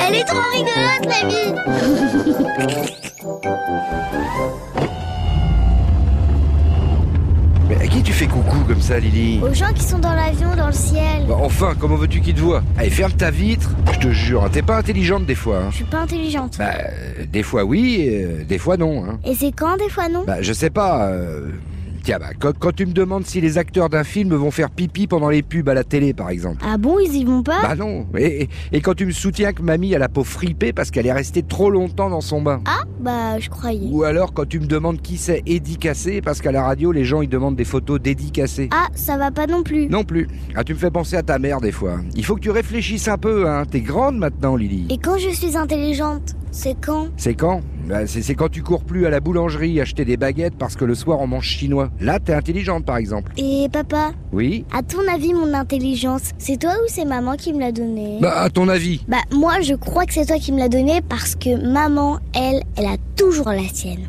Elle est trop rigolote, la vie Mais à qui tu fais coucou comme ça, Lily Aux gens qui sont dans l'avion, dans le ciel. Bah, Enfin, comment veux-tu qu'il te voie Allez, ferme ta vitre Je te jure, hein, t'es pas intelligente des fois. hein. Je suis pas intelligente. Bah, euh, des fois oui, euh, des fois non. hein. Et c'est quand, des fois, non Bah, je sais pas. euh, Tiens, bah, quand, quand tu me demandes si les acteurs d'un film vont faire pipi pendant les pubs à la télé, par exemple. Ah bon, ils y vont pas Bah non. Et, et- et quand tu me soutiens que mamie a la peau fripée parce qu'elle est restée trop longtemps dans son bain. Ah, bah, je croyais. Ou alors quand tu me demandes qui c'est Eddie Cassé parce qu'à la radio, les gens ils demandent des photos d'Eddie Cassé. Ah, ça va pas non plus. Non plus. Ah, tu me fais penser à ta mère des fois. Il faut que tu réfléchisses un peu, hein. T'es grande maintenant, Lily. Et quand je suis intelligente, c'est quand C'est quand Bah, C'est c'est quand tu cours plus à la boulangerie acheter des baguettes parce que le soir on mange chinois. Là, t'es intelligente, par exemple. Et papa, Oui à ton avis, mon intelligence, c'est toi ou c'est maman qui me l'a donnée Bah, à ton avis Bah, moi, je crois que c'est toi qui me l'a donnée parce que maman, elle, elle a toujours la sienne.